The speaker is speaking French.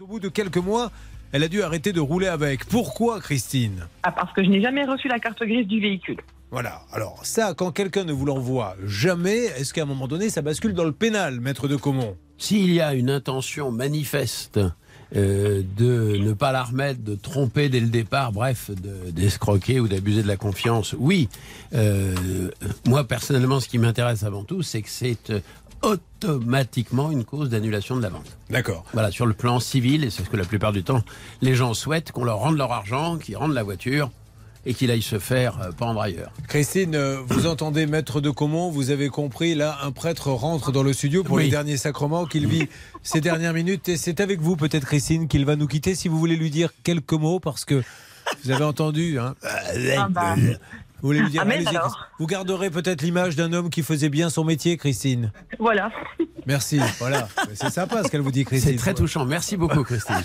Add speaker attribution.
Speaker 1: Au bout de quelques mois, elle a dû arrêter de rouler avec. Pourquoi, Christine
Speaker 2: Ah, parce que je n'ai jamais reçu la carte grise du véhicule.
Speaker 1: Voilà. Alors, ça, quand quelqu'un ne vous l'envoie jamais, est-ce qu'à un moment donné, ça bascule dans le pénal, maître de Comont
Speaker 3: S'il y a une intention manifeste euh, de ne pas la remettre, de tromper dès le départ, bref, de- d'escroquer ou d'abuser de la confiance, oui. Euh, moi, personnellement, ce qui m'intéresse avant tout, c'est que c'est euh, automatiquement une cause d'annulation de la vente.
Speaker 1: D'accord.
Speaker 3: Voilà, sur le plan civil, et c'est ce que la plupart du temps, les gens souhaitent qu'on leur rende leur argent, qu'ils rendent la voiture et qu'il aille se faire euh, pendre ailleurs.
Speaker 1: Christine, euh, vous entendez maître de Comont, vous avez compris, là, un prêtre rentre dans le studio pour
Speaker 3: Oui.
Speaker 1: les derniers sacrements qu'il vit ces dernières minutes. Et c'est avec vous, peut-être, Christine, qu'il va nous quitter si vous voulez lui dire quelques mots, parce que vous avez entendu. Hein,
Speaker 2: Ah bah.
Speaker 1: vous voulez lui dire.
Speaker 2: Ah, mais
Speaker 1: allez-y,
Speaker 2: alors
Speaker 1: Christine. vous garderez peut-être l'image d'un homme qui faisait bien son métier, Christine.
Speaker 2: Voilà.
Speaker 1: Merci. Voilà. Mais C'est sympa ce qu'elle vous dit, Christine.
Speaker 3: C'est très touchant. Merci beaucoup, Christine.